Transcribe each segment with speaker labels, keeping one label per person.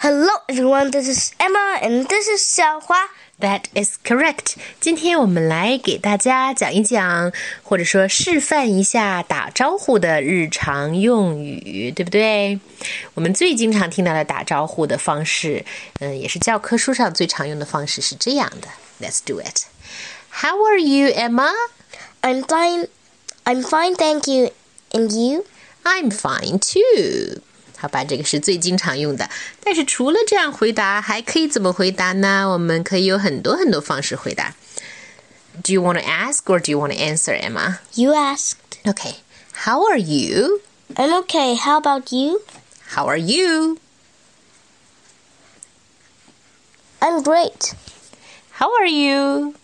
Speaker 1: Hello everyone, this is Emma and this is 小花。
Speaker 2: That is correct。今天我们来给大家讲一讲，或者说示范一下打招呼的日常用语，对不对？我们最经常听到的打招呼的方式，嗯，也是教科书上最常用的方式是这样的。Let's do it. How are you, Emma?
Speaker 1: I'm fine. I'm fine, thank you. And you?
Speaker 2: I'm fine too。好吧，这个是最经常用的。但是除了这样回答，还可以怎么回答呢？我们可以有很多很多方式回答。Do you want to ask or do you want to answer, Emma?
Speaker 1: You asked.
Speaker 2: Okay. How are you?
Speaker 1: I'm okay. How about you?
Speaker 2: How are you?
Speaker 1: I'm great.
Speaker 2: How are you?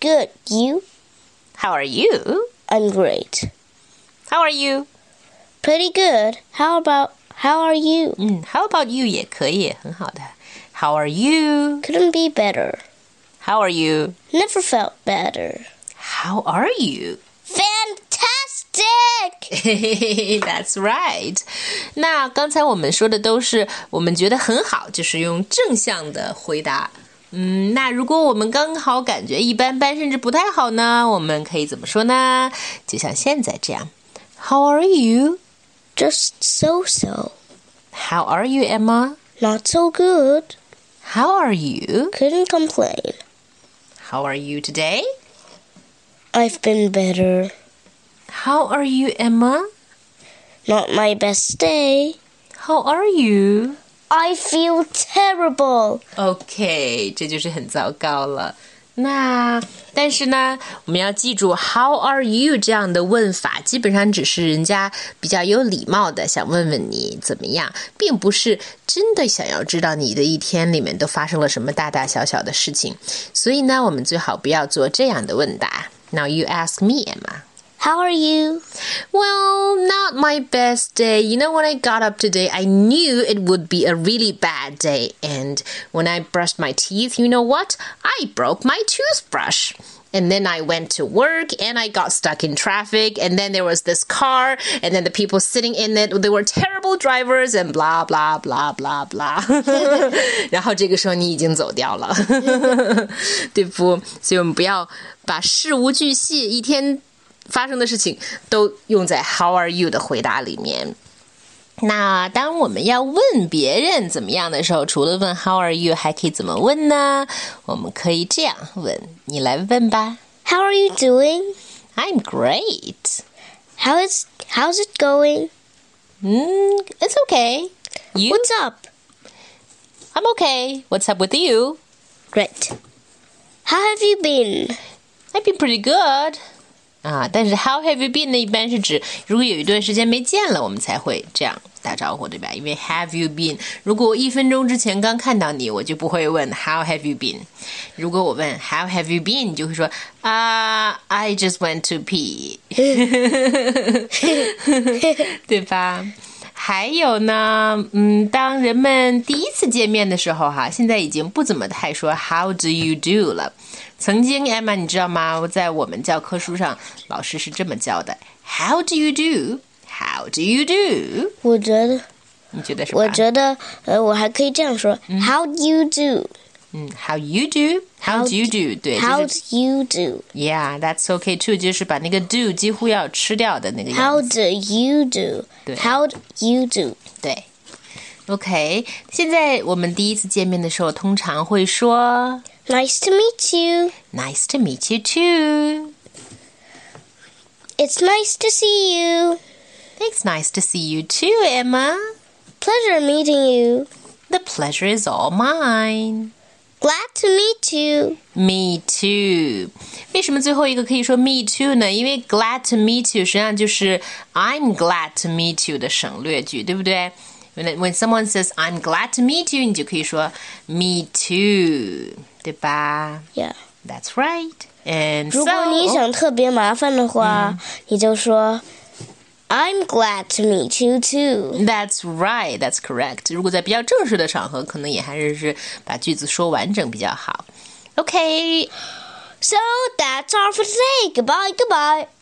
Speaker 1: Good. You?
Speaker 2: How are you?
Speaker 1: I'm great.
Speaker 2: How are you?
Speaker 1: Pretty good. How about how are you?
Speaker 2: 嗯，How about you 也可以，很好的。How are you?
Speaker 1: Couldn't be better.
Speaker 2: How are you?
Speaker 1: Never felt better.
Speaker 2: How are you?
Speaker 1: Fantastic!
Speaker 2: That's right。那刚才我们说的都是我们觉得很好，就是用正向的回答。嗯，那如果我们刚好感觉一般般，甚至不太好呢，我们可以怎么说呢？就像现在这样，How are you?
Speaker 1: Just so so.
Speaker 2: How are you, Emma?
Speaker 1: Not so good.
Speaker 2: How are you?
Speaker 1: Couldn't complain.
Speaker 2: How are you today?
Speaker 1: I've been better.
Speaker 2: How are you, Emma?
Speaker 1: Not my best day.
Speaker 2: How are you?
Speaker 1: I feel terrible.
Speaker 2: OK，这就是很糟糕了。那但是呢，我们要记住 “How are you” 这样的问法，基本上只是人家比较有礼貌的想问问你怎么样，并不是真的想要知道你的一天里面都发生了什么大大小小的事情。所以呢，我们最好不要做这样的问答。Now you ask me, Emma.
Speaker 1: How are you?
Speaker 2: Well, not my best day. You know, when I got up today, I knew it would be a really bad day. And when I brushed my teeth, you know what? I broke my toothbrush. And then I went to work and I got stuck in traffic. And then there was this car, and then the people sitting in it, they were terrible drivers, and blah, blah, blah, blah, blah. 然后这个时候你已经走掉 了，对不？所以我们不要把事无巨细一天发生的事情都用在 How are you 的回答里面。那当我们要问别人怎么样的时候，除了问 How are you，还可以怎么问呢？我们可以这样问，你来问吧。
Speaker 1: How are you doing?
Speaker 2: I'm great.
Speaker 1: How is how's it going?
Speaker 2: 嗯，It's okay. You?
Speaker 1: What's up?
Speaker 2: I'm okay. What's up with you?
Speaker 1: Great. How have you been?
Speaker 2: I've been pretty good. 啊，但是 How have you been 呢？一般是指如果有一段时间没见了，我们才会这样打招呼，对吧？因为 Have you been？如果我一分钟之前刚看到你，我就不会问 How have you been。如果我问 How have you been，你就会说啊、i just went to pee，对吧？还有呢，嗯，当人们第一次见面的时候、哈，现在已经不怎么太说 How do you do 了。曾经，Emma，你知道吗？我在我们教科书上，老师是这么教的：How do you do? How do you do?
Speaker 1: 我觉得，
Speaker 2: 你觉得是吧？
Speaker 1: 我觉得，呃，我还可以这样说、h o w do you do?
Speaker 2: 嗯，How you do? How do you do? 对，
Speaker 1: How
Speaker 2: 就
Speaker 1: do
Speaker 2: 是
Speaker 1: you do?
Speaker 2: Yeah, that's okay too，就是把那个 do 几乎要吃掉的那个样子。
Speaker 1: How do you do?
Speaker 2: 对
Speaker 1: How do you do?
Speaker 2: 对，OK。现在我们第一次见面的时候，通常会说
Speaker 1: Nice to meet you.
Speaker 2: Nice to meet you too.
Speaker 1: It's nice to see you.
Speaker 2: It's nice to see you too, Emma.
Speaker 1: Pleasure meeting you.
Speaker 2: The pleasure is all mine.
Speaker 1: Glad to meet you.
Speaker 2: Me too，为什么最后一个可以说 me too 呢？因为 glad to meet you 实际上就是 I'm glad to meet you 的省略句，对不对？When when someone says I'm glad to meet you，你就可以说 me too，对吧
Speaker 1: Yeah.
Speaker 2: ？That's right。And
Speaker 1: 如果哦嗯你
Speaker 2: so
Speaker 1: 想特别麻烦的话，你就说 "I'm glad to meet you too."
Speaker 2: 嗯 that's right, that's correct。如果在比较正式的场合，可能也还是是把句子说完整比较好。OK，
Speaker 1: So that's all for today. Goodbye, goodbye.